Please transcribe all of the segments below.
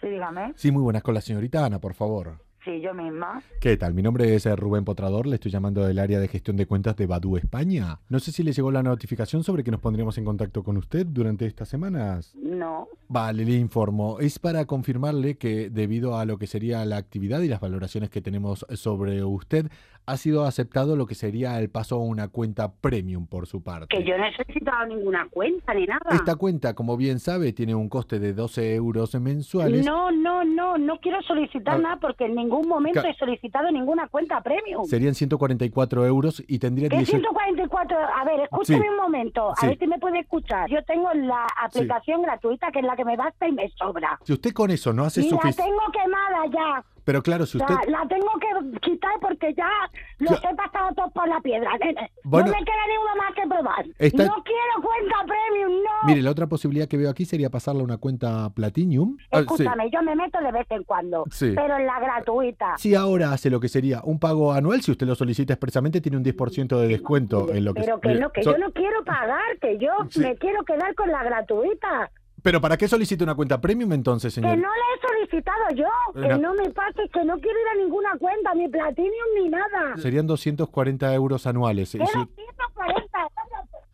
Sí, dígame. Sí, muy buenas con la señorita Ana, por favor. Sí, yo misma. ¿Qué tal? Mi nombre es eh, Rubén Potrador, le estoy llamando del área de gestión de cuentas de Badú, España. No sé si le llegó la notificación sobre que nos pondríamos en contacto con usted durante estas semanas. No. Vale, le informo. Es para confirmarle que debido a lo que sería la actividad y las valoraciones que tenemos sobre usted, ha sido aceptado lo que sería el paso a una cuenta premium por su parte. Que yo no he solicitado ninguna cuenta ni nada. Esta cuenta, como bien sabe, tiene un coste de 12 euros mensuales. No, no, no, no quiero solicitar Ah. nada porque en ningún momento Ca- he solicitado ninguna cuenta premium. Serían 144 euros y tendría ¿Qué 18... 144? A ver, escúchame Sí. un momento, a Sí. ver si me puede escuchar. Yo tengo la aplicación gratuita que es la que me basta y me sobra. Si usted con eso no hace y la suficiente... tengo quemada ya. Pero claro, si La, usted... la tengo que quitar porque ya los he pasado todos por la piedra. nene. Bueno. no me queda ni uno más que probar. Está- No quiero cuenta premium, no. Mire, la otra posibilidad que veo aquí sería pasarle a una cuenta Platinum. Ah, sí. Escúchame, yo me meto de vez en cuando, Sí. pero en la gratuita. Si ahora hace lo que sería un pago anual, si usted lo solicita expresamente, tiene un 10% de descuento en lo que... Pero que mire, no, que so- yo no quiero pagar, que yo Sí. me quiero quedar con la gratuita. Pero ¿para qué solicita una cuenta premium entonces, Que señor? no la he solicitado yo, que Venga. no me pases, que no quiero ir a ninguna cuenta, ni Platinum ni nada. Serían 240 euros anuales. Y Pero si- 140 euros.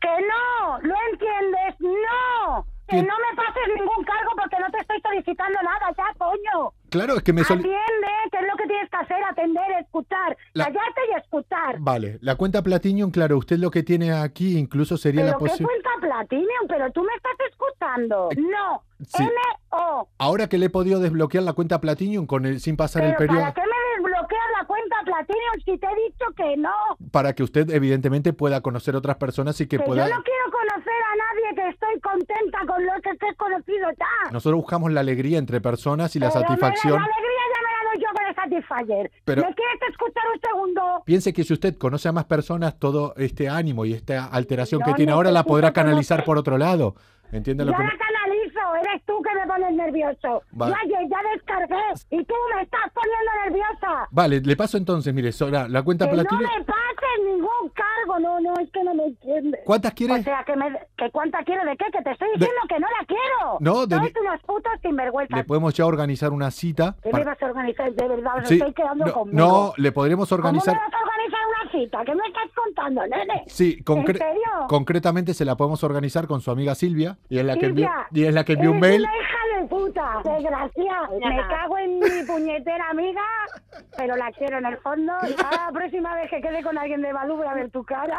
Que no, ¿lo entiendes? No. Que Bien. no me pases ningún cargo porque no te estoy solicitando nada, ya, coño. Claro, es que me... soli- Atiende, que es lo que tienes que hacer, atender, escuchar, La- callarte y escuchar. Vale, la cuenta Platinum, claro, usted lo que tiene aquí incluso sería la Pero qué posibilidad... cuenta Platinum, pero tú me estás escuchando. No, sí. N-O. Ahora que le he podido desbloquear la cuenta Platinum con el, sin pasar el Pero periodo... ¿para qué me desbloqueas la cuenta Platinum si te he dicho que no? para que usted evidentemente pueda conocer otras personas y que, Que pueda... yo no quiero conocer a nadie, que estoy contenta con lo que te he conocido ya. Nosotros buscamos la alegría entre personas y la Pero me satisfacción. La alegría ya me la doy yo con el Satisfyer. Pero- ¿Me quieres escuchar un segundo? Piense que si usted conoce a más personas, todo este ánimo y esta alteración que No tiene ahora la necesito podrá conocer. canalizar por otro lado. ¿Entiende lo Ya que la canalizo, eres tú que me pones nervioso. Va- Ya, ya, ya descargué y tú me estás poniendo nerviosa. Vale, le paso entonces, mire, Sora, la cuenta Que no platino. me pases ningún cargo, no, no, es que no me entiendes. ¿Cuántas quiere? O sea, que, me, que cuánta quiero de qué, que te estoy diciendo que no la quiero. No, de- Sois unos putos sinvergüenzas. le podemos ya organizar una cita. ¿Qué me para- vas a organizar? De verdad, os Sí, estoy quedando no, conmigo. no, le podremos organizar. ¿Cómo me vas a organizar una cita? ¿Qué me estás contando, nene? Sí, concre- ¿En serio? concretamente se la podemos organizar con su amiga Silvia y es la que envió, Silvia, y es la que envió un eres mail. una hija de puta, desgraciada. Me cago en mi puñetera amiga, pero la quiero en el fondo. Y cada próxima vez que quede con alguien de Badú voy a ver tu cara.